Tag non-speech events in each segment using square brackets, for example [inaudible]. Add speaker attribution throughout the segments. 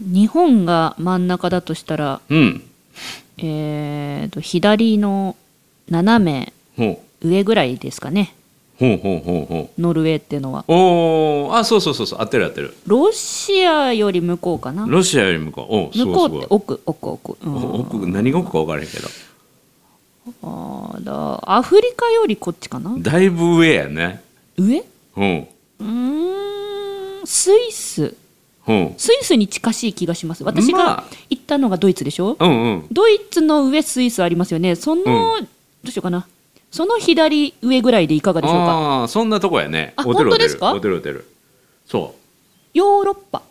Speaker 1: 日本が真ん中だとしたら、
Speaker 2: うん
Speaker 1: えー、と左の斜め
Speaker 2: ほ
Speaker 1: 上ぐらいですかね
Speaker 2: うほうほうほうほう
Speaker 1: ノルウェーってのは
Speaker 2: おーあそうそうそうそう合ってる合ってる
Speaker 1: ロシアより向こうかな向
Speaker 2: ロシアより向こうおうすご
Speaker 1: こ
Speaker 2: いう
Speaker 1: って
Speaker 2: すごい
Speaker 1: 奥奥奥、うん、
Speaker 2: お奥何が奥か分からへんけど
Speaker 1: あーだアフリカよりこっちかな
Speaker 2: だいぶ上やね
Speaker 1: 上う
Speaker 2: うん
Speaker 1: ーんスイス
Speaker 2: うん
Speaker 1: スイスに近しい気がします私
Speaker 2: まあ
Speaker 1: が行ったのがドイツでしょ、
Speaker 2: うんうん
Speaker 1: ドイツの上スイスありますよねその、どうしようかなその左上ぐらいでいかがでしょうか
Speaker 2: ああーそんなとこやね
Speaker 1: あ
Speaker 2: ホテル
Speaker 1: 本当ですか
Speaker 2: ホテルホテルそ
Speaker 1: ヨーロッパ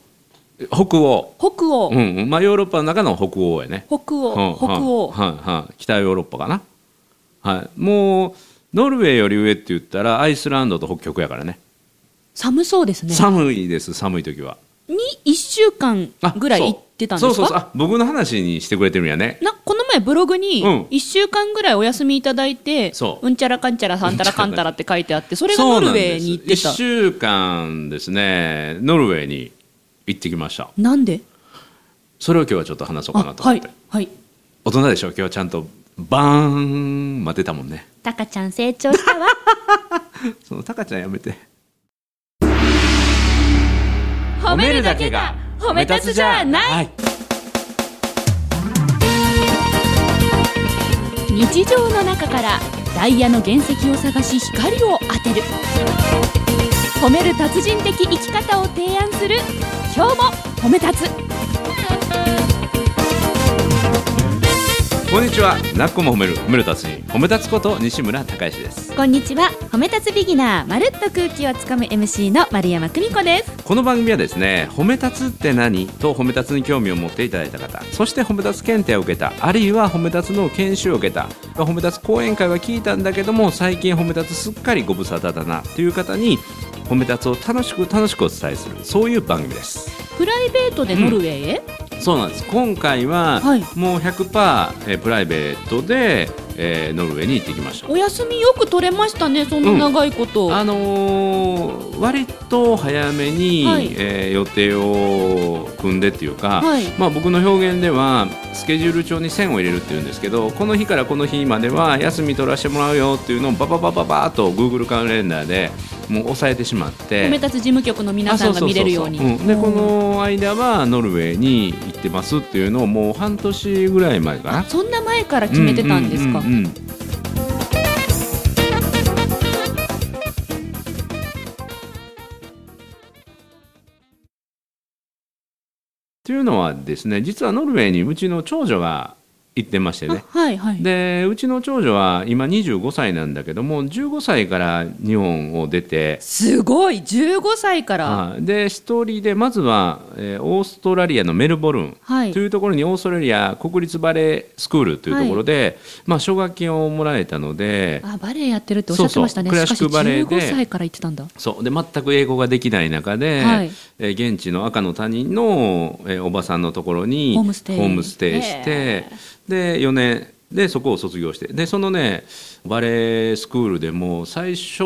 Speaker 2: う北欧
Speaker 1: 北欧、
Speaker 2: うんうんまあヨーロッパの中の北欧やね
Speaker 1: 北欧、
Speaker 2: うん
Speaker 1: 北欧、
Speaker 2: はいはいはい北ヨーロッパかなはいもうノルウェーより上って言ったらアイスランドと北極やからね
Speaker 1: 寒そうですね
Speaker 2: 寒いです寒い時は
Speaker 1: に1週間
Speaker 2: あ
Speaker 1: ぐらい行ってたんですか
Speaker 2: そうそうそうそうあ僕の話にしてくれてるんやね
Speaker 1: なこの前ブログに
Speaker 2: うん
Speaker 1: 1週間ぐらいお休みいただいて、
Speaker 2: そうん
Speaker 1: ちゃらかんちゃらさんたらかんたらって書いてあってそれが
Speaker 2: そ
Speaker 1: ノ
Speaker 2: う
Speaker 1: ル
Speaker 2: な
Speaker 1: ウ
Speaker 2: ん
Speaker 1: ェー
Speaker 2: です
Speaker 1: に行ってた
Speaker 2: 1週間ですねノルウェーに行ってきました
Speaker 1: なんで
Speaker 2: それを今日はちょっと話そうかな
Speaker 1: あ
Speaker 2: と思
Speaker 1: は
Speaker 2: っ
Speaker 1: い
Speaker 2: て、
Speaker 1: はい
Speaker 2: 大人でしょ今日はちゃんとバーン待てたもんね
Speaker 1: タカちゃん成長したわ
Speaker 2: そのタカちゃんやめて
Speaker 1: 褒めるだけが褒め立つじゃない、
Speaker 2: はい
Speaker 1: 日常の中からダイヤの原石を探し光を当てる褒める達人的生き方を提案する今日も褒め立つ
Speaker 2: こんにちはなっこも褒める褒める達人褒め立つこと西村孝之です
Speaker 1: こんにちは褒め立つビギナーまるっと空気をつかむ MC の丸山久美子です
Speaker 2: この番組はですね褒め立つって何と褒め立つに興味を持っていただいた方そして褒め立つ検定を受けたあるいは褒め立つの研修を受けた褒め立つ講演会は聞いたんだけども最近褒め立つすっかりご無沙汰だなという方に褒め立つを楽しく楽しくお伝えするそういう番組です
Speaker 1: プライベートでノルウェーへ、
Speaker 2: そうなんです今回は
Speaker 1: はい
Speaker 2: もう100%、えープライベートで、えーノルウェーに行ってきました
Speaker 1: お休みよく取れましたねそんな長いこと、
Speaker 2: あのー割と早めに、
Speaker 1: はい
Speaker 2: えー予定を組んでっていうか、
Speaker 1: はい
Speaker 2: まあ、僕の表現ではスケジュール帳に線を入れるっていうんですけどこの日からこの日までは休み取らせてもらうよっていうのをババババババーっと Google カレンダーでもう押さえてしまって
Speaker 1: 褒め立つ事務局の皆さんが見れるように
Speaker 2: あそうそうそうそううんでこの間はノルウェーに行ってますっていうのをもう半年ぐらい前かな
Speaker 1: あそんな前から決めてたんですか、
Speaker 2: ううんうんうんというのはですね実はノルウェーにうちの長女が行ってましてね
Speaker 1: あはいはい
Speaker 2: でうちの長女は今25歳なんだけども15歳から日本を出て
Speaker 1: すごい15歳から
Speaker 2: はいで一人でまずは、えーオーストラリアのメルボルン
Speaker 1: はい
Speaker 2: というところにオーストラリア国立バレエスクールというところで、まあ、奨学金をもらえたので
Speaker 1: あバレエやってるっておっしゃってましたね
Speaker 2: そうそうクラシックバレエ
Speaker 1: しか
Speaker 2: で
Speaker 1: し15歳から行ってたんだ
Speaker 2: そうで全く英語ができない中で、
Speaker 1: はい
Speaker 2: えー現地の赤の他人の、えーおばさんのところに
Speaker 1: ホームステイ
Speaker 2: テイして
Speaker 1: へ
Speaker 2: で4年でそこを卒業してでそのねバレエスクールでも最初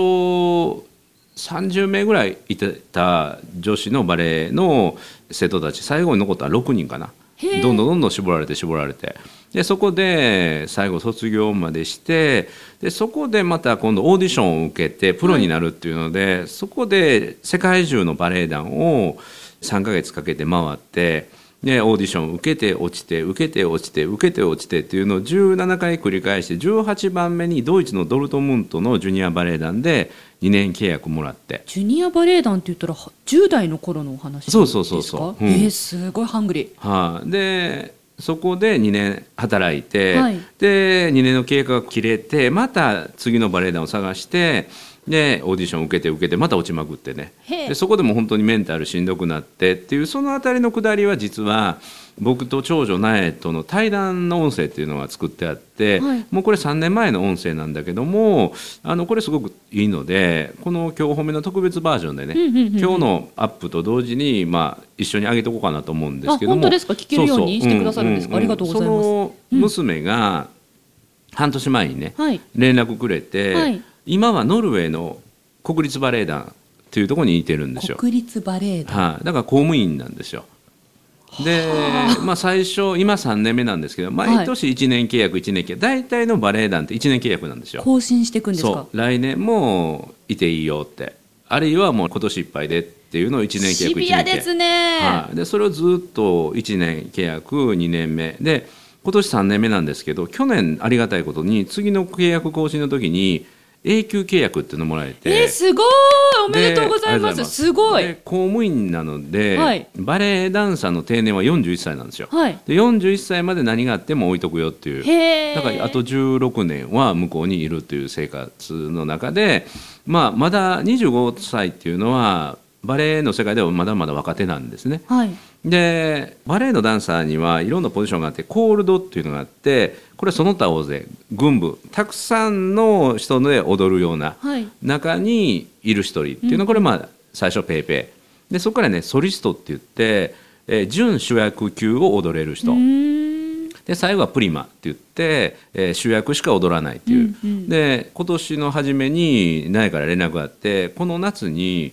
Speaker 2: 30名ぐらいいてた女子のバレエの生徒たち最後に残った6人かな
Speaker 1: へえ
Speaker 2: どんどんどんどん絞られて絞られてでそこで最後卒業までしてでそこでまた今度オーディションを受けてプロになるっていうので、そこで世界中のバレエ団を3ヶ月かけて回ってでオーディションを受けて落ちて受けて落ちて受けて落ちてっていうのを17回繰り返して18番目にドイツのドルトムントのジュニアバレエ団で2年契約もらって
Speaker 1: ジュニアバレエ団って言ったらは10代の頃のお話ですか
Speaker 2: そうそうそうそううん
Speaker 1: えーすごいハングリー
Speaker 2: はい、でそこで2年働いて、
Speaker 1: はい
Speaker 2: で2年の経過が切れてまた次のバレエ団を探してでオーディションを受けて受けてまた落ちまくってね
Speaker 1: へえ
Speaker 2: でそこでも本当にメンタルしんどくなってっていうそのあたりのくだりは実は僕と長女ナエとの対談の音声っていうのが作ってあって、
Speaker 1: はい
Speaker 2: もうこれ3年前の音声なんだけどもあのこれすごくいいのでこの今日お褒めの特別バージョンでね、
Speaker 1: うんうんうんうん
Speaker 2: 今日のアップと同時に、まあ、一緒に上げとこうかなと思うんですけども
Speaker 1: あ本当ですか聞けるようにしてくださるんですか
Speaker 2: そ
Speaker 1: ありがとうございます
Speaker 2: その娘が半年前にね、
Speaker 1: はい
Speaker 2: 連絡くれて、
Speaker 1: はい
Speaker 2: 今はノルウェーの国立バレエ団というところにいてるんですよ、
Speaker 1: 国立バレエ団
Speaker 2: はいだから公務員なんですよで、まあ、最初今3年目なんですけど毎年1年契約1年契約大体のバレエ団って1年契約なんですよ。
Speaker 1: 更新していくんですか
Speaker 2: そう来年もいていいよってあるいはもう今年いっぱいでっていうのを1年契
Speaker 1: シ
Speaker 2: 約1
Speaker 1: ビ
Speaker 2: 年
Speaker 1: ア
Speaker 2: 契
Speaker 1: で
Speaker 2: 約
Speaker 1: すね、
Speaker 2: はい、でそれをずっと1年契約2年目で今年3年目なんですけど去年ありがたいことに次の契約更新の時に永久契約っていうのもらえて
Speaker 1: えーすごいおめでとうございます
Speaker 2: でありがとうございます
Speaker 1: ご
Speaker 2: で
Speaker 1: い
Speaker 2: 公務員なので、
Speaker 1: はい
Speaker 2: バレエダンサーの定年は41歳なんですよ、
Speaker 1: はい
Speaker 2: で41歳まで何があっても置いとくよっていう
Speaker 1: へえ
Speaker 2: だからあと16年は向こうにいるという生活の中で、まあ、まだ25歳っていうのはバレエの世界ではまだまだ若手なんですね。
Speaker 1: はい
Speaker 2: でバレエのダンサーにはいろんなポジションがあってコールドっていうのがあってこれはその他大勢群舞たくさんの人で踊るような
Speaker 1: はい
Speaker 2: 中にいる一人っていうのはこれまあ最初ペイペイでそこからねソリストって言って、えー準主役級を踊れる人。
Speaker 1: うーん
Speaker 2: で最後はプリマって言って、えー主役しか踊らないっていう、
Speaker 1: うんうん
Speaker 2: で今年の初めに苗から連絡があってこの夏に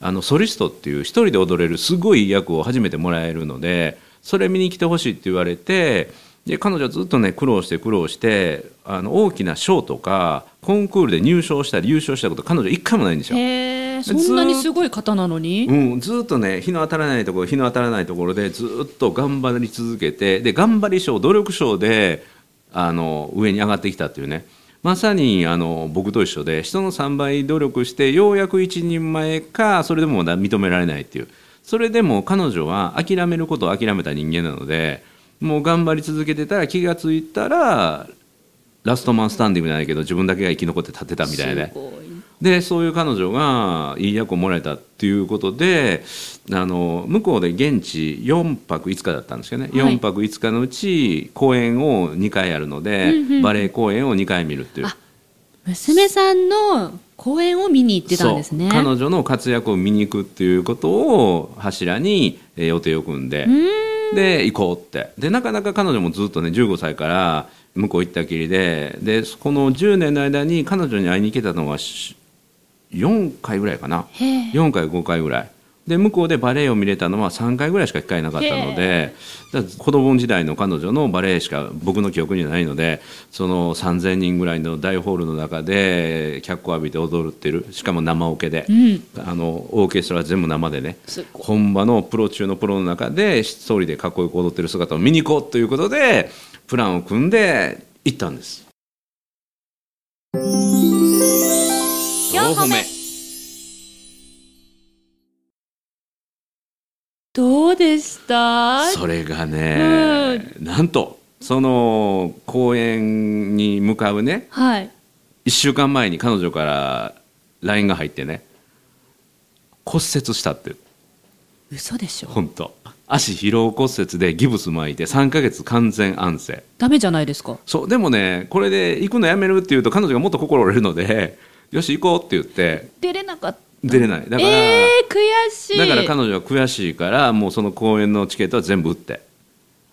Speaker 2: あのソリストっていう一人で踊れるすごい役を初めてもらえるのでそれ見に来てほしいって言われてで彼女はずっとね苦労して苦労してあの大きな賞とかコンクールで入賞したり優勝したこと彼女一回もないんですよ。
Speaker 1: へえそんなにすごい方なのに、
Speaker 2: うん、ずっとね日の当たらないところ日の当たらないところでずっと頑張り続けてで頑張り賞努力賞であの上に上がってきたっていうねまさにあの僕と一緒で人の3倍努力してようやく一人前かそれでもまだ認められないっていうそれでも彼女は諦めることを諦めた人間なのでもう頑張り続けてたら気が付いたらラストマンスタンディングじゃないけど自分だけが生き残って立てたみたいなね
Speaker 1: すごい
Speaker 2: でそういう彼女がいい役をもらえたっていうことであの向こうで現地4泊5日だったんですけどね、
Speaker 1: はい
Speaker 2: 4泊5日のうち公演を2回やるので、
Speaker 1: うんうんうん
Speaker 2: バレエ公演を2回見るっていう
Speaker 1: あ娘さんの公演を見に行ってたんですね
Speaker 2: そう彼女の活躍を見に行くっていうことを柱にえー予定を組んでで行こうってでなかなか彼女もずっとね15歳から向こう行ったきりででこの10年の間に彼女に会いに行けたのはし4回ぐらいかな。
Speaker 1: へえ
Speaker 2: 4回5回ぐらいで向こうでバレエを見れたのは3回ぐらいしか機会なかったのでだから子供時代の彼女のバレエしか僕の記憶にはないのでその3,000人ぐらいの大ホールの中で脚光浴びて踊ってるしかも生オケで、
Speaker 1: うん
Speaker 2: あのオーケストラ全部生でね
Speaker 1: すごい
Speaker 2: 本場のプロ中のプロの中で一人でかっこよく踊ってる姿を見に行こうということでプランを組んで行ったんです。
Speaker 1: 4歩目どうでした
Speaker 2: それがね、なんとその公園に向かうね
Speaker 1: はい
Speaker 2: 1週間前に彼女から LINE が入ってね骨折したって
Speaker 1: 嘘でしょ
Speaker 2: 本当足疲労骨折でギブス巻いて3ヶ月完全安静
Speaker 1: ダメじゃないですか
Speaker 2: そうでもねこれで行くのやめるって言うと彼女がもっと心折れるのでよし行こうって言って
Speaker 1: 出れなかった
Speaker 2: 出れないだから、
Speaker 1: えー、悔しい
Speaker 2: だから彼女は悔しいからもうその公演のチケットは全部売って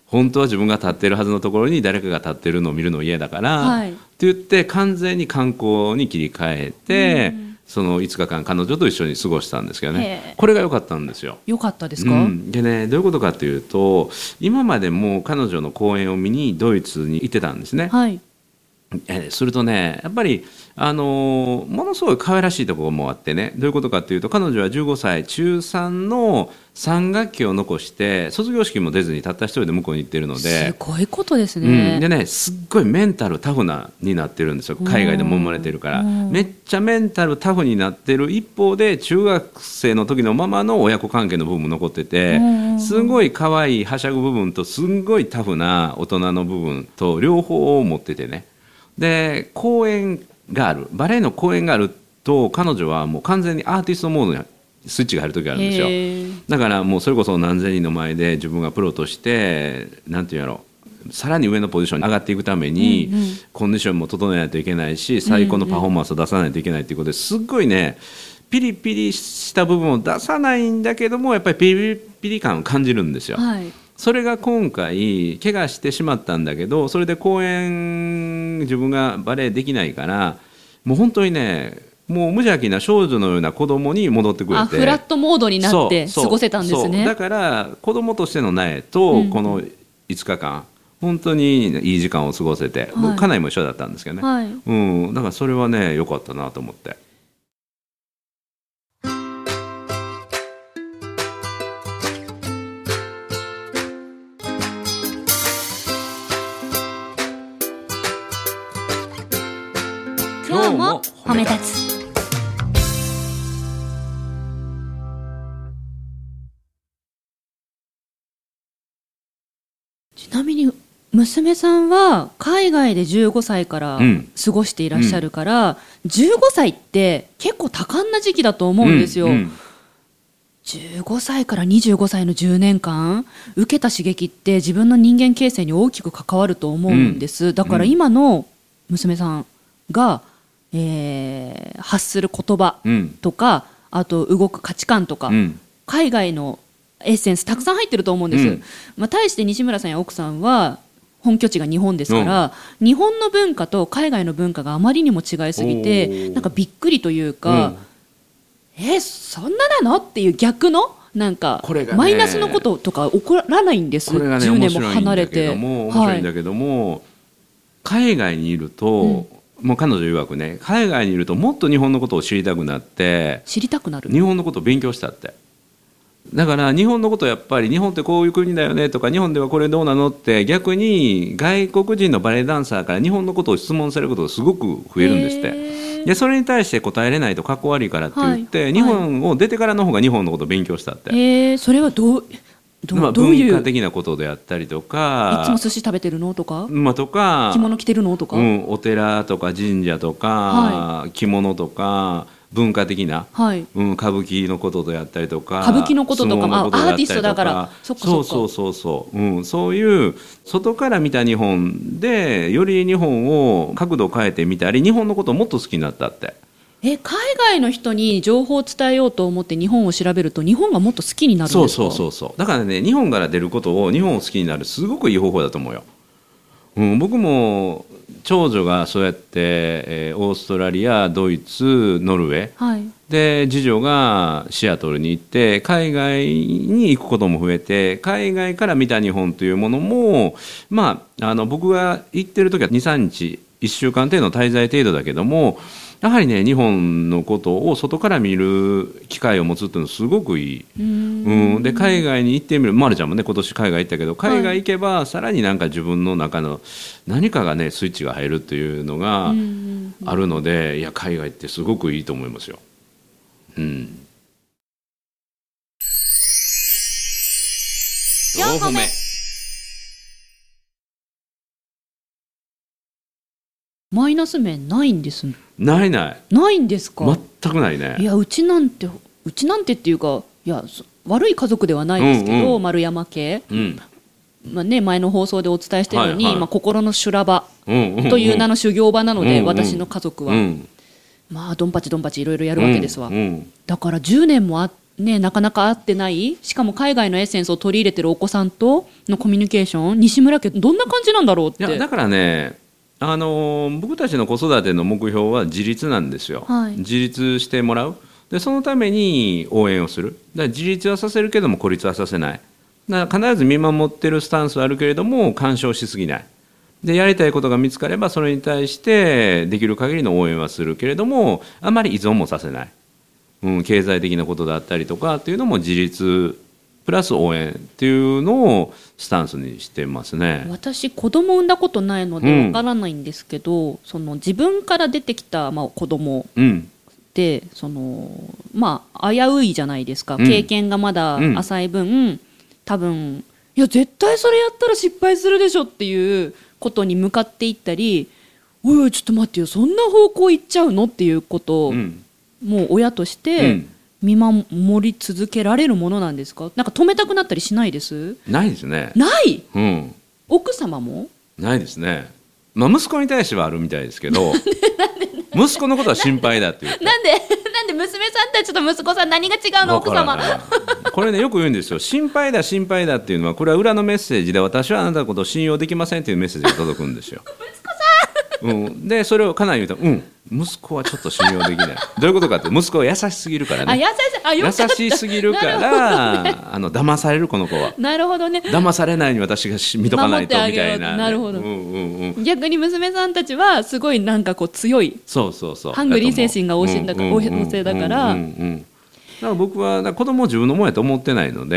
Speaker 2: 本当は自分が立ってるはずのところに誰かが立ってるのを見るの嫌だから、
Speaker 1: はい
Speaker 2: って言って完全に観光に切り替えて、その5日間彼女と一緒に過ごしたんですけど
Speaker 1: へ
Speaker 2: ね
Speaker 1: え
Speaker 2: これが良かったんですよ。
Speaker 1: よかったですか、
Speaker 2: うん、でねどういうことかというと今までも彼女の公演を見にドイツに行ってたんですね。
Speaker 1: はい
Speaker 2: えーするとねやっぱり、あのーものすごい可愛らしいところもあってねどういうことかというと彼女は15歳中3の3学期を残して卒業式も出ずにたった一人で向こうに行ってるの
Speaker 1: す
Speaker 2: で。
Speaker 1: ごいことです
Speaker 2: う
Speaker 1: ね、
Speaker 2: ん、でねすっごいメンタルタフなになってるんですよ海外でもまれてるから
Speaker 1: うん
Speaker 2: めっちゃメンタルタフになってる一方で中学生の時のままの親子関係の部分も残ってて
Speaker 1: うん
Speaker 2: すごい可愛いはしゃぐ部分とすんごいタフな大人の部分と両方を持っててねで公演があるバレエの公演があると彼女はもう完全にアーティストモードにスイッチが入る時があるんですよ。
Speaker 1: へー
Speaker 2: だからもうそれこそ何千人の前で自分がプロとしてなんていうんやろさらに上のポジションに上がっていくために、
Speaker 1: うんうん
Speaker 2: コンディションも整えないといけないし最高のパフォーマンスを出さないといけないということですっごいねピリピリした部分を出さないんだけどもやっぱりピリピリ感を感じるんですよ。
Speaker 1: はい
Speaker 2: それが今回怪我してしまったんだけどそれで公演自分がバレエできないからもう本当にねもう無邪気な少女のような子供に戻ってくれて
Speaker 1: あフラットモードになって
Speaker 2: そうそう
Speaker 1: 過ごせたんです
Speaker 2: そう
Speaker 1: ね
Speaker 2: だから子供としての苗と、
Speaker 1: うん
Speaker 2: この5日間本当にいい時間を過ごせて、
Speaker 1: はい
Speaker 2: 家内も一緒だったんですけどね、
Speaker 1: はい
Speaker 2: うん、だからそれはね良かったなと思って。
Speaker 1: 今日も褒め立つちなみに娘さんは海外で15歳から
Speaker 2: うん
Speaker 1: 過ごしていらっしゃるから、15歳って結構多感な時期だと思うんですよ、
Speaker 2: うんうん
Speaker 1: 15歳から25歳の10年間受けた刺激って自分の人間形成に大きく関わると思うんです、だから今の娘さんが、えー発する言葉
Speaker 2: うん
Speaker 1: とかあと動く価値観とか、
Speaker 2: うん
Speaker 1: 海外のエッセンスたくさん入ってると思うんです、
Speaker 2: うん
Speaker 1: まあ、対して西村さんや奥さんは本拠地が日本ですから、日本の文化と海外の文化があまりにも違いすぎ
Speaker 2: お
Speaker 1: て
Speaker 2: ー
Speaker 1: なんかびっくりというか、えそんななのっていう逆のなんか
Speaker 2: これがね
Speaker 1: マイナスのこととか起こらないんです、
Speaker 2: これがね
Speaker 1: 10
Speaker 2: 面
Speaker 1: 年も
Speaker 2: 白いん
Speaker 1: 離れ
Speaker 2: だけ
Speaker 1: て。
Speaker 2: ども面白いんだけども、海外にいると、もう彼女曰くね海外にいるともっと日本のことを知りたくなって
Speaker 1: 知りたくなる
Speaker 2: 日本のことを勉強したってだから日本のことやっぱり日本ってこういう国だよねとか日本ではこれどうなのって逆に外国人のバレエダンサーから日本のことを質問されることがすごく増えるんですって。
Speaker 1: へー
Speaker 2: でそれに対して答えれないとかっこ悪いからって言って、
Speaker 1: はい
Speaker 2: 日本を出てからの方が日本のことを勉強したって、
Speaker 1: へーそれはどうど,、
Speaker 2: まあ、
Speaker 1: どうい
Speaker 2: 文
Speaker 1: う
Speaker 2: 化
Speaker 1: い
Speaker 2: 的なことであったりと
Speaker 1: つも
Speaker 2: か
Speaker 1: 寿司食べてるのとか
Speaker 2: まあ、とか
Speaker 1: 着物着てるのとか、
Speaker 2: うん、お寺とか神社とか、
Speaker 1: は
Speaker 2: 着物とか文化的な、
Speaker 1: はい
Speaker 2: うん、歌舞伎のことであったりとか
Speaker 1: 歌舞伎のこととか
Speaker 2: 相撲のことであったり
Speaker 1: あ
Speaker 2: と
Speaker 1: アーティストだからそっかそっか
Speaker 2: そうそうそうそう、うん、そういう外から見た日本でより日本を角度を変えてみたり日本のことをもっと好きになったって。
Speaker 1: え海外の人に情報を伝えようと思って日本を調べると日本がもっと好きになるんですか
Speaker 2: そうそうそうそうだからね日本から出ることを日本を好きになるすごくいい方法だと思うよ、うん、僕も長女がそうやって、えーオーストラリアドイツノルウェー
Speaker 1: はい
Speaker 2: で次女がシアトルに行って海外に行くことも増えて海外から見た日本というものも、まあ、あの僕が行ってる時は23日1週間程度の滞在程度だけどもやはりね日本のことを外から見る機会を持つっていうのはすごくいい。
Speaker 1: うーん
Speaker 2: うん、で海外に行ってみる、ま、るちゃんもね今年海外行ったけど海外行けばさらになんか自分の中の何かがねスイッチが入るっていうのが、
Speaker 1: うんうん
Speaker 2: あるので、いや海外ってすごくいいと思いますよ。うん。
Speaker 1: 4個目マイナス面ないんです
Speaker 2: ないない。
Speaker 1: ないんですか、
Speaker 2: 全くない
Speaker 1: い
Speaker 2: ね。
Speaker 1: やうちなんてうちなんてっていうかいやそ悪い家族ではないですけど、
Speaker 2: うんうん
Speaker 1: 丸山家、
Speaker 2: うん。
Speaker 1: まあね、前の放送でお伝えしてるのに、
Speaker 2: はいはい
Speaker 1: まあ、心の修羅場
Speaker 2: うん、うん。
Speaker 1: という名
Speaker 2: の
Speaker 1: の修行場なので、
Speaker 2: うんうん
Speaker 1: 私の家族は、
Speaker 2: うん。
Speaker 1: まあドンパチドンパチいろいろやるわけですわ、
Speaker 2: うん。うん
Speaker 1: だから10年もあ、ね、なかなか会ってないしかも海外のエッセンスを取り入れてるお子さんとのコミュニケーション西村家どんな感じなんだろうっ
Speaker 2: い
Speaker 1: て
Speaker 2: やだからね。あのー僕たちの子育ての目標は自立なんですよ、
Speaker 1: はい
Speaker 2: 自立してもらうでそのために応援をするだから自立はさせるけども孤立はさせないだから必ず見守ってるスタンスはあるけれども干渉しすぎないでやりたいことが見つかればそれに対してできる限りの応援はするけれどもあまり依存もさせない、うん、経済的なことだったりとかっていうのも自立プラス応援っていうのをスタンスにしてますね。
Speaker 1: 私子供産んだことないの
Speaker 2: う
Speaker 1: で
Speaker 2: ん
Speaker 1: わからないんですけど、その自分から出てきた、まあ、子供
Speaker 2: うん、
Speaker 1: ってそのまあ危ういじゃないですか、
Speaker 2: うん
Speaker 1: 経験がまだ
Speaker 2: うん
Speaker 1: 浅い分、多分いや絶対それやったら失敗するでしょっていうことに向かっていったりおいおいちょっと待ってよそんな方向行っちゃうのっていうことを、
Speaker 2: うん
Speaker 1: もう親とし
Speaker 2: う
Speaker 1: て
Speaker 2: ん
Speaker 1: 見守り続けられるものなんですかなんか止めたくなったりしないです
Speaker 2: ないですね。
Speaker 1: ない
Speaker 2: うん、
Speaker 1: 奥様も
Speaker 2: ないですね。まあ息子に対してはあるみたいです
Speaker 1: [laughs]
Speaker 2: けど、息子のことは心配だっていう。
Speaker 1: なんで [laughs] なんで娘さんたちと息子さん何が違うの奥
Speaker 2: わから
Speaker 1: 様
Speaker 2: ないこれねよく言うんですよ心配だ心配だっていうのはこれは裏のメッセージで私はあなたのことを信用できませんっていうメッセージが届くんですようん、でそれを家内に言うと「うん息子はちょっと信用できない」どういうことかって息子は優しすぎるから
Speaker 1: あ優
Speaker 2: ね
Speaker 1: しいあよか
Speaker 2: 優
Speaker 1: った
Speaker 2: しすぎるか
Speaker 1: なるほ
Speaker 2: らあの騙されるこの子は
Speaker 1: どなるほどね
Speaker 2: 騙されないように私がし見とかないと
Speaker 1: 守っ
Speaker 2: み
Speaker 1: てあ
Speaker 2: た
Speaker 1: げよう
Speaker 2: いな、
Speaker 1: なるほど
Speaker 2: うんうんうん、
Speaker 1: 逆に娘さんたちはすごいなんかこう強い
Speaker 2: そうそうそう
Speaker 1: ハングリー精神が旺盛だから
Speaker 2: うんうんうん
Speaker 1: 旺盛だから
Speaker 2: うんうんうんだから僕はだから子供を自分のもんやと思ってないの
Speaker 1: え
Speaker 2: で、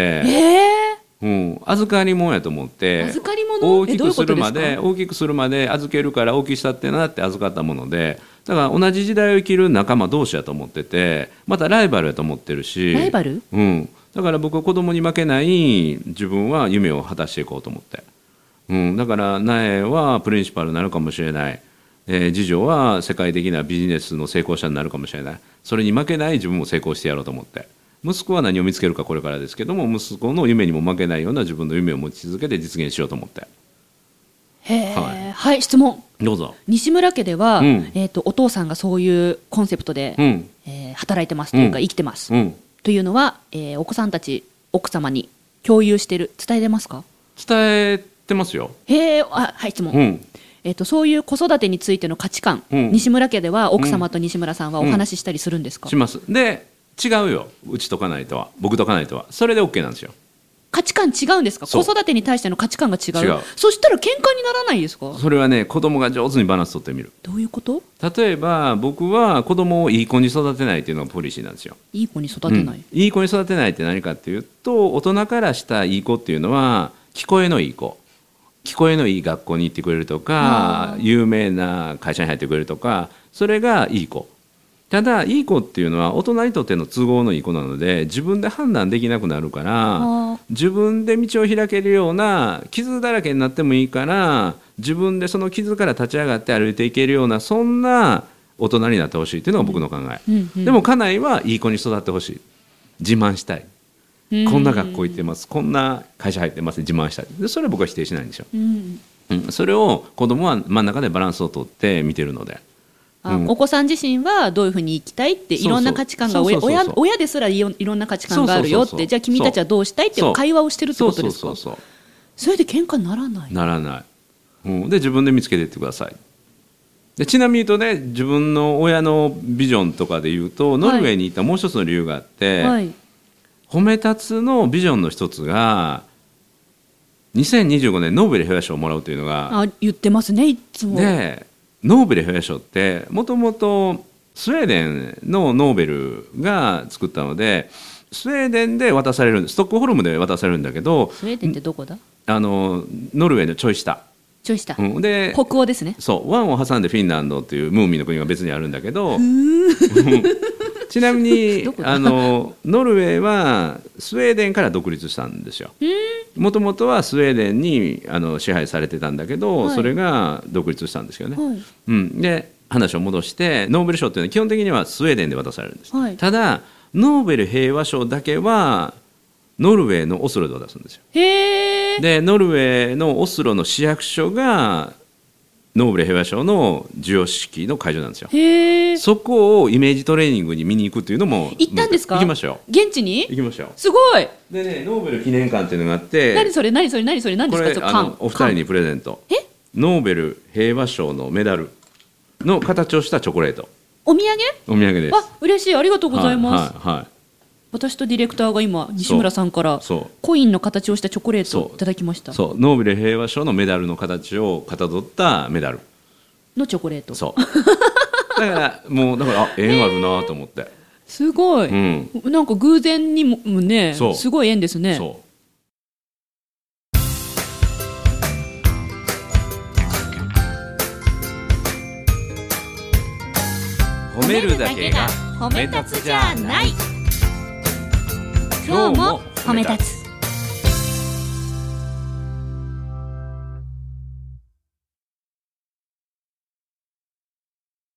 Speaker 1: え
Speaker 2: うん、預かりもんやと思って
Speaker 1: 預かり物
Speaker 2: 大きくするま
Speaker 1: え
Speaker 2: で大きくするまで預けるから大きさってなって預かったものでだから同じ時代を生きる仲間同士やと思っててまたライバルやと思ってるし
Speaker 1: ライバル
Speaker 2: うん、だから僕は子供に負けない自分は夢を果たしていこうと思って、うん、だから苗はプリンシパルになるかもしれない、えー次女は世界的なビジネスの成功者になるかもしれないそれに負けない自分も成功してやろうと思って息子は何を見つけるかこれからですけども息子の夢にも負けないような自分の夢を持ち続けて実現しようと思って
Speaker 1: へえ
Speaker 2: は
Speaker 1: はい、質問
Speaker 2: どうぞ
Speaker 1: 西村家では、
Speaker 2: うん
Speaker 1: えー、とお父さんがそういうコンセプトで、
Speaker 2: うん
Speaker 1: えー働いてますというか、
Speaker 2: うん
Speaker 1: 生きてます、
Speaker 2: うん
Speaker 1: というのは、えーお子さんたち奥様に共有してる伝えてますか
Speaker 2: 伝えてますよ
Speaker 1: へえあはい質問、
Speaker 2: うん
Speaker 1: えー、とそういう子育てについての価値観、
Speaker 2: うん
Speaker 1: 西村家では奥様と西村さんはお話ししたりするんですか、
Speaker 2: しますで違うようちとかないとは僕とかないとはそれで OK なんですよ
Speaker 1: 価値観違うんですか
Speaker 2: そ
Speaker 1: 子
Speaker 2: う
Speaker 1: 育てに対しての価値観が違う
Speaker 2: 違う
Speaker 1: そしたら喧嘩にならないですか
Speaker 2: それはね子供が上手にバランス取ってみる
Speaker 1: どういうこと
Speaker 2: 例えば僕は子供をいい子に育てないっていうのがポリシーなんですよ、
Speaker 1: いい子に育てない、
Speaker 2: うんいい子に育てないって何かっていうと大人からしたいい子っていうのは聞こえのいい子聞こえのいい学校に行ってくれるとか有名な会社に入ってくれるとかそれがいい子ただいい子っていうのは大人にとっての都合のいい子なので自分で判断できなくなるから
Speaker 1: あー
Speaker 2: 自分で道を開けるような傷だらけになってもいいから自分でその傷から立ち上がって歩いていけるようなそんな大人になってほしいっていうのが僕の考え、
Speaker 1: うんうん
Speaker 2: でも家内はいい子に育ってほしい自慢したい
Speaker 1: うん
Speaker 2: こんな学校行ってますこんな会社入ってます自慢したいでそれは僕は否定しないんですよ、
Speaker 1: うん
Speaker 2: うん、それを子供は真ん中でバランスをとって見てるので
Speaker 1: あ
Speaker 2: うん
Speaker 1: お子さん自身はどういうふうに生きたいって
Speaker 2: そうそう
Speaker 1: いろんな価値観が親
Speaker 2: そうそうそうそう
Speaker 1: 親親ですらいろいろんな価値観があるよって
Speaker 2: そうそうそう
Speaker 1: じゃあ君たちはどうしたいって
Speaker 2: そう
Speaker 1: 会話をしてるって
Speaker 2: そ
Speaker 1: こ
Speaker 2: う
Speaker 1: と
Speaker 2: そ
Speaker 1: で
Speaker 2: う
Speaker 1: すか
Speaker 2: そ
Speaker 1: そう
Speaker 2: そう
Speaker 1: れで喧嘩にならない
Speaker 2: ならない、うん、で自分で見つけていってくださいでちなみに言うとね自分の親のビジョンとかで言うとノルウェーに行ったもう一つの理由があって、
Speaker 1: はい、
Speaker 2: 褒め立つのビジョンの一つが2025年ノーベル平和賞をもらうというのが
Speaker 1: あ言ってますねいつも、
Speaker 2: でノーベル平和賞ってもともとスウェーデンのノーベルが作ったのでスウェーデンで渡されるストックホルムで渡されるんだけど
Speaker 1: スウェーデンってどこだ
Speaker 2: あのノルウェーのちょい下、
Speaker 1: ちょい下、
Speaker 2: うん、で
Speaker 1: 北欧ですね
Speaker 2: そう湾を挟んでフィンランドっていうムーミンの国が別にあるんだけど [laughs] ちなみに
Speaker 1: どこだ
Speaker 2: あのノルウェーはスウェーデンから独立したんですよもともとはスウェーデンにあの支配されてたんだけど、
Speaker 1: はい
Speaker 2: それが独立したんですけどね、
Speaker 1: はい
Speaker 2: うん、で話を戻してノーベル賞っていうのは基本的にはスウェーデンで渡されるんです、
Speaker 1: はい
Speaker 2: ただノーベル平和賞だけはノルウェーのオスロで渡すんですよ
Speaker 1: へえ
Speaker 2: でノルウェーのオスロの市役所がノーベル平和賞の授与式の会場なんですよ
Speaker 1: へえ
Speaker 2: そこをイメージトレーニングに見に行くっていうのも
Speaker 1: 行ったんですか
Speaker 2: 行きましたよ
Speaker 1: 現地に
Speaker 2: 行きましたよ
Speaker 1: すごい
Speaker 2: でねノーベル記念館っていうのがあって
Speaker 1: 何それ何それ何それ何で
Speaker 2: こ
Speaker 1: すか
Speaker 2: れ
Speaker 1: ちょっと
Speaker 2: あ
Speaker 1: 缶
Speaker 2: のお二人にプレゼント
Speaker 1: え
Speaker 2: ノーベル平和賞のメダルの形をしたチョコレート
Speaker 1: お土産
Speaker 2: お土産です
Speaker 1: あ嬉しいありがとうございます、
Speaker 2: はいはいはい
Speaker 1: 私とディレクターが今西村さんから
Speaker 2: そう
Speaker 1: コインの形をしたチョコレートを
Speaker 2: そう
Speaker 1: いただきました
Speaker 2: そうノーベル平和賞のメダルの形をかたどったメダル
Speaker 1: のチョコレート
Speaker 2: そうだからもうだからあ縁あるなと思って、
Speaker 1: すごい、
Speaker 2: うん
Speaker 1: なんか偶然にももね
Speaker 2: そう
Speaker 1: すごい縁ですね
Speaker 2: そうん褒めるだけが
Speaker 1: 褒
Speaker 2: め立つじゃない今日も褒め立
Speaker 1: つ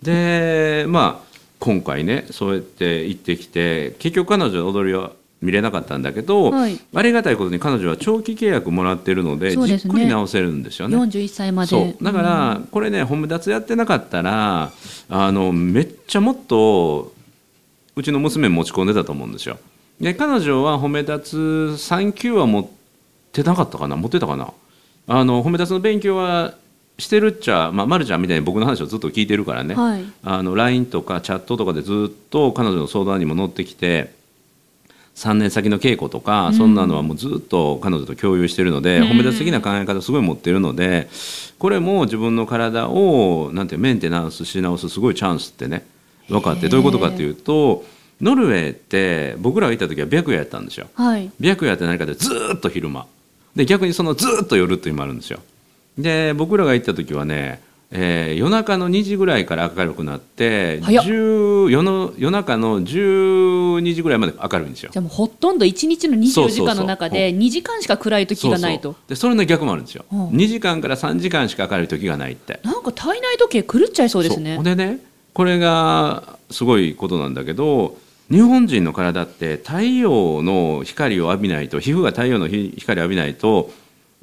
Speaker 2: でまあ今回ねそうやって行ってきて結局彼女の踊りは見れなかったんだけど、
Speaker 1: はい
Speaker 2: ありがたいことに彼女は長期契約もらってるので
Speaker 1: そうです
Speaker 2: じ
Speaker 1: ね
Speaker 2: っくり直せるんですよね。
Speaker 1: 41歳まで
Speaker 2: そうだからこれね本部脱やってなかったらあのめっちゃもっとうちの娘持ち込んでたと思うんですよ。で彼女は褒め立つ3級は持ってなかったかな持ってたかなあの褒め立つの勉強はしてるっちゃ、まあ、まるちゃんみたいに僕の話をずっと聞いてるからね、
Speaker 1: はい
Speaker 2: あの LINE とかチャットとかでずっと彼女の相談にも乗ってきて3年先の稽古とか、そんなのはもうずっと彼女と共有してるので、褒め立つ的な考え方すごい持ってるのでこれも自分の体をなんていうメンテナンスし直すすごいチャンスってね分かってどういうことかっていうとノルウェーって僕らが行った時は白夜やったんですよ。
Speaker 1: はい
Speaker 2: 白夜って何かってずーっと昼間で逆にそのずーっと夜っていうのもあるんですよで僕らが行った時はね、えー夜中の2時ぐらいから明るくなって
Speaker 1: 早っ
Speaker 2: 10夜の夜中の12時ぐらいまで明るいんですよ
Speaker 1: じゃあもうほとんど1日の
Speaker 2: そ
Speaker 1: 24
Speaker 2: うそ
Speaker 1: 時
Speaker 2: うそう
Speaker 1: 間の中で2時間しか暗い時がないと
Speaker 2: そうそうでそれの逆もあるんですよ、
Speaker 1: うん
Speaker 2: 2時間から3時間しか明るい時がないって
Speaker 1: なんか体内時計狂っちゃいそうですね
Speaker 2: そうでねこれがすごいことなんだけど日本人の体って太陽の光を浴びないと皮膚が太陽のひ光を浴びないと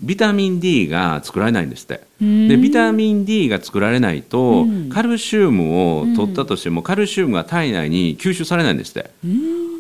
Speaker 2: ビタミン D が作られないんですって
Speaker 1: うん
Speaker 2: でビタミン D が作られない
Speaker 1: う
Speaker 2: と
Speaker 1: ん
Speaker 2: カルシウムを取ったとしてもカルシウムが体内に吸収されないんですって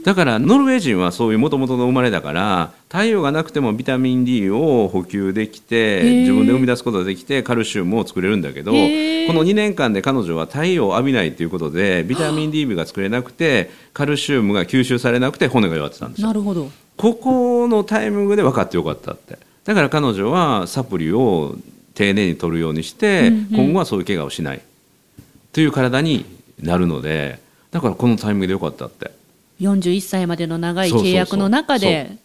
Speaker 2: だからノルウェー人はそういうもともとの生まれだから太陽がなくてもビタミン D を補給できて
Speaker 1: ー
Speaker 2: 自分で生み出すことができてカルシウムを作れるんだけどこ
Speaker 1: へー
Speaker 2: の2年間で彼女は太陽を浴びないということでビタミン D が作れなくてカルシウムが吸収されなくて骨が弱ってたんですよ
Speaker 1: なるほど
Speaker 2: ここのタイミングで分かってよかったってだから彼女はサプリを丁寧に取るようにして、
Speaker 1: うんうん
Speaker 2: 今後はそういう怪我をしないという体になるのでだからこのタイミングでよかったって
Speaker 1: 41歳までの長い
Speaker 2: そうそうそう
Speaker 1: 契約の中で
Speaker 2: そう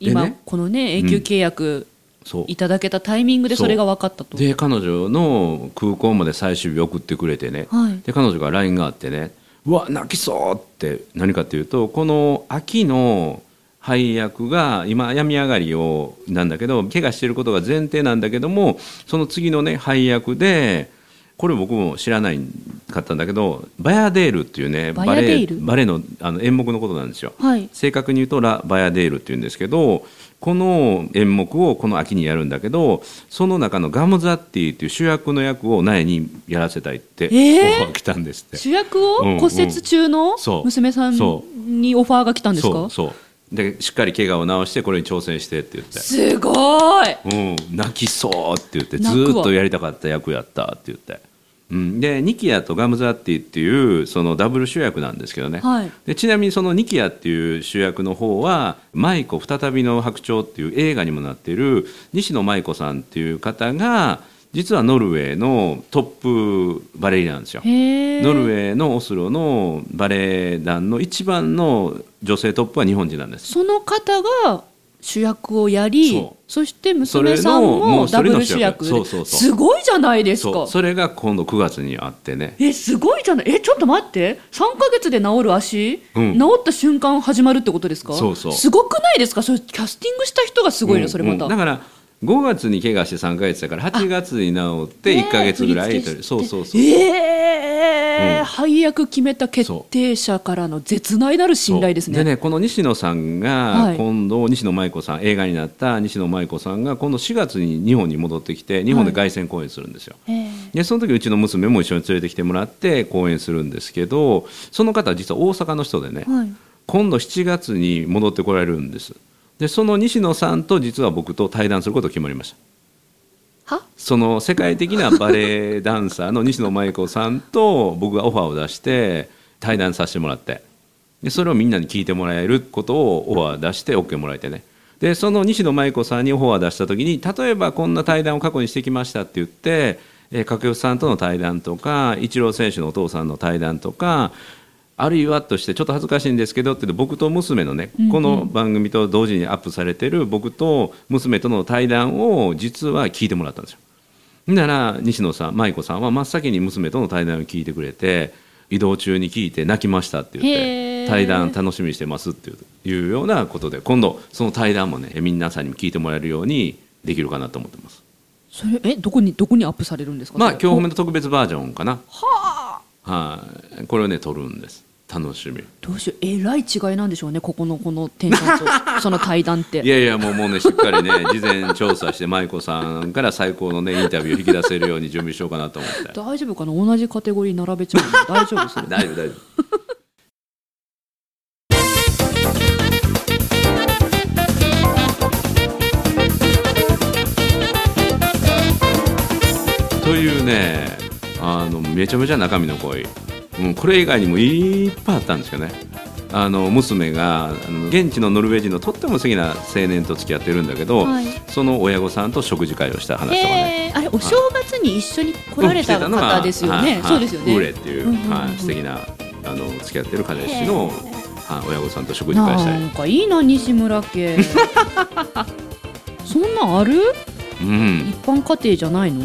Speaker 1: 今
Speaker 2: でね
Speaker 1: このね永久契約
Speaker 2: そう
Speaker 1: いただけたタイミングで
Speaker 2: そう
Speaker 1: それが分かったと
Speaker 2: で彼女の空港まで最終日送ってくれてね、
Speaker 1: はい
Speaker 2: で彼女から LINE があってねうわ泣きそうって何かっていうとこの秋の配役が今病み上がりをなんだけど怪我してることが前提なんだけどもその次のね配役でこれ僕も知らないかったんだけどバヤデールっていうね
Speaker 1: バヤデール
Speaker 2: バレエバレエのあの演目のことなんですよ。
Speaker 1: はい
Speaker 2: 正確に言うとラ・バヤデールっていうんですけどこの演目をこの秋にやるんだけどその中のガム・ザッティっていう主役の役を苗にやらせたいってオフ
Speaker 1: えー
Speaker 2: ァー来たんですって。
Speaker 1: 主役を
Speaker 2: うんうん
Speaker 1: 骨折中の
Speaker 2: そう
Speaker 1: 娘さん
Speaker 2: そ
Speaker 1: にオファーが来たんです
Speaker 2: そ
Speaker 1: か
Speaker 2: うそうでしっかり怪我を治してこれに挑戦してって言って。
Speaker 1: すごい
Speaker 2: うん、泣きそうって言ってず
Speaker 1: 泣くわ
Speaker 2: ーっとやりたかった役やったって言って、うん、でニキアとガムザッティっていうそのダブル主役なんですけどね、
Speaker 1: はい
Speaker 2: でちなみにそのニキアっていう主役の方は「舞子再びの白鳥」っていう映画にもなってる西野舞子さんっていう方が実はノルウェーのトップバレリーナなんですよ。
Speaker 1: へえ
Speaker 2: ノルウェーのオスロのバレエ団の一番の女性トップは日本人なんです。
Speaker 1: その方が主役をやり
Speaker 2: そ
Speaker 1: そうして娘さん
Speaker 2: それのも
Speaker 1: も
Speaker 2: うそ
Speaker 1: ダ
Speaker 2: れ
Speaker 1: ブ
Speaker 2: の
Speaker 1: ル
Speaker 2: 主
Speaker 1: 主
Speaker 2: 役
Speaker 1: 役
Speaker 2: そうそうそう
Speaker 1: すごいじゃないです
Speaker 2: そ
Speaker 1: か
Speaker 2: うそれが今度9月にあってね
Speaker 1: えすごいじゃないえちょっと待って3か月で治る足、
Speaker 2: うん
Speaker 1: 治った瞬間始まるってことですか
Speaker 2: そうそう
Speaker 1: すごくないですかそれキャスティングした人がすごいねそれまた、
Speaker 2: うんうんだから5月に怪我して3ヶ月だから8月に治って1ヶ月ぐらいというそうそうそう、
Speaker 1: ええ
Speaker 2: うん
Speaker 1: 配役決めた決定者からの絶大なる信頼ですね
Speaker 2: でねこの西野さん
Speaker 1: は
Speaker 2: が
Speaker 1: い
Speaker 2: 今度、西野舞子さん映画になった西野舞子さんが今度4月に日本に戻ってきて日本で凱旋公演するんですよ、
Speaker 1: ええ
Speaker 2: でその時うちの娘も一緒に連れてきてもらって公演するんですけどその方は実は大阪の人でね、
Speaker 1: はい、
Speaker 2: 今度7月に戻ってこられるんですでその西野さんと実は僕と対談することが決まりました
Speaker 1: は
Speaker 2: その世界的なバレエダンサーの西野真由子さんと僕がオファーを出して対談させてもらってでそれをみんなに聞いてもらえることをオファー出して OK もらえてねでその西野真由子さんにオファー出した時に例えばこんな対談を過去にしてきましたって言ってえー掛布さんとの対談とかイチロー選手のお父さんの対談とかあるいはとしてちょっと恥ずかしいんですけどって言って僕と娘のね、この番組と同時にアップされてる僕と娘との対談を実は聞いてもらったんですよ。なら西野さん舞子さんは真っ先に娘との対談を聞いてくれて移動中に聞いて泣きましたって言っ
Speaker 1: へ
Speaker 2: て
Speaker 1: ー
Speaker 2: 対談楽しみにしてますっていういうようなことで今度その対談もねえ皆さんにも聞いてもらえるようにできるかなと思ってます
Speaker 1: それえどこにどこにアップされるんですか
Speaker 2: まあ
Speaker 1: それ
Speaker 2: 今日褒めの特別バージョンかなはいこれをね撮るんです楽しみ
Speaker 1: どうしようえらい違いなんでしょうねここのこのテンションとその対談って
Speaker 2: いやいやもうもうねしっかりね事前調査して舞子さんから最高のねインタビューを引き出せるように準備しようかなと思って
Speaker 1: 大丈夫かな同じカテゴリー並べちゃう
Speaker 2: [laughs]
Speaker 1: の大丈夫それ
Speaker 2: 大丈夫大丈夫というねあのめちゃめちゃ中身の濃い、うん、これ以外にもいっぱいあったんですよねあの娘があの現地のノルウェー人のとっても素敵な青年と付き合ってるんだけど、
Speaker 1: はい
Speaker 2: その親御さんと食事会をした話とかね。
Speaker 1: えーあれお正月に一緒に来られた
Speaker 2: うん来てのが
Speaker 1: 方ですよね、
Speaker 2: はい
Speaker 1: そうですよね
Speaker 2: ウーレっていう、
Speaker 1: うんうんうん
Speaker 2: はい、素敵なあの付き合ってる彼氏の、
Speaker 1: へ
Speaker 2: はい、親御さんと食事会した
Speaker 1: な
Speaker 2: り
Speaker 1: ん、かいいな西村
Speaker 2: [laughs]
Speaker 1: 家そんなんある
Speaker 2: うん
Speaker 1: 一、般家庭じゃないの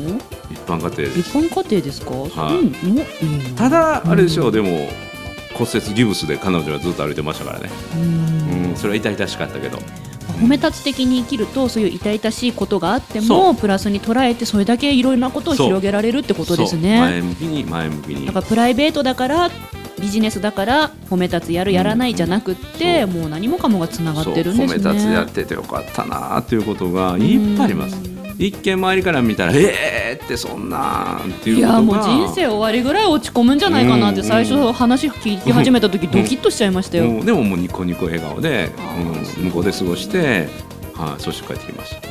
Speaker 2: 一般家庭で
Speaker 1: 一
Speaker 2: す。
Speaker 1: 般家庭ですか、
Speaker 2: はい
Speaker 1: うんのうん
Speaker 2: ただあれでしょう、
Speaker 1: うん
Speaker 2: でも骨折ギブスで彼女はずっと歩いてましたからね。
Speaker 1: うん
Speaker 2: うん、それは痛々しかったけど、
Speaker 1: 褒め立つ的に生きるとそういう痛々しいことがあって
Speaker 2: そ
Speaker 1: もプラスに捉えてそれだけいろいろなことを
Speaker 2: そう
Speaker 1: 広げられるってことです
Speaker 2: そう
Speaker 1: ね
Speaker 2: 前向きに前向きに
Speaker 1: だからプライベートだからビジネスだから褒め立つやるやらないじゃなくって、
Speaker 2: うん
Speaker 1: もう何もかもがつながってるん
Speaker 2: そ
Speaker 1: で
Speaker 2: う
Speaker 1: す
Speaker 2: 褒
Speaker 1: ね
Speaker 2: め立つやっててよかったなっていうことがいっぱいあります
Speaker 1: うん
Speaker 2: 一見周りから見たらえーってそんなんって
Speaker 1: い
Speaker 2: いうことが
Speaker 1: やもう人生終わりぐらい落ち込むんじゃないかなって
Speaker 2: うん
Speaker 1: 最初話聞き始めた時ドキッとしちゃいましたよ、
Speaker 2: もうでももうニコニコ笑顔で
Speaker 1: あ、ー
Speaker 2: うん、向こうで過ごして、はい、そして帰ってきました。はい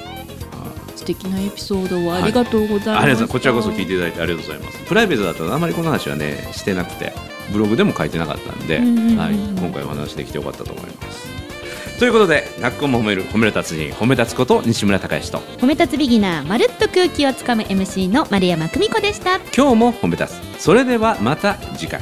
Speaker 1: 素敵なエピソードをありがとうございました、
Speaker 2: ありがとうございますこちらこそ聞いていただいてありがとうございます。プライベートだとあまりこの話はねしてなくて、ブログでも書いてなかったんで、
Speaker 1: うんうんうん
Speaker 2: はい、今回お話できてよかったと思います。ということで、泣く子も褒める褒める達人褒め立つこと西村孝之と
Speaker 3: 褒め立つビギナーまるっと空気をつかむ MC の丸山久美子でした
Speaker 2: 今日も褒め立つ。それではまた次回。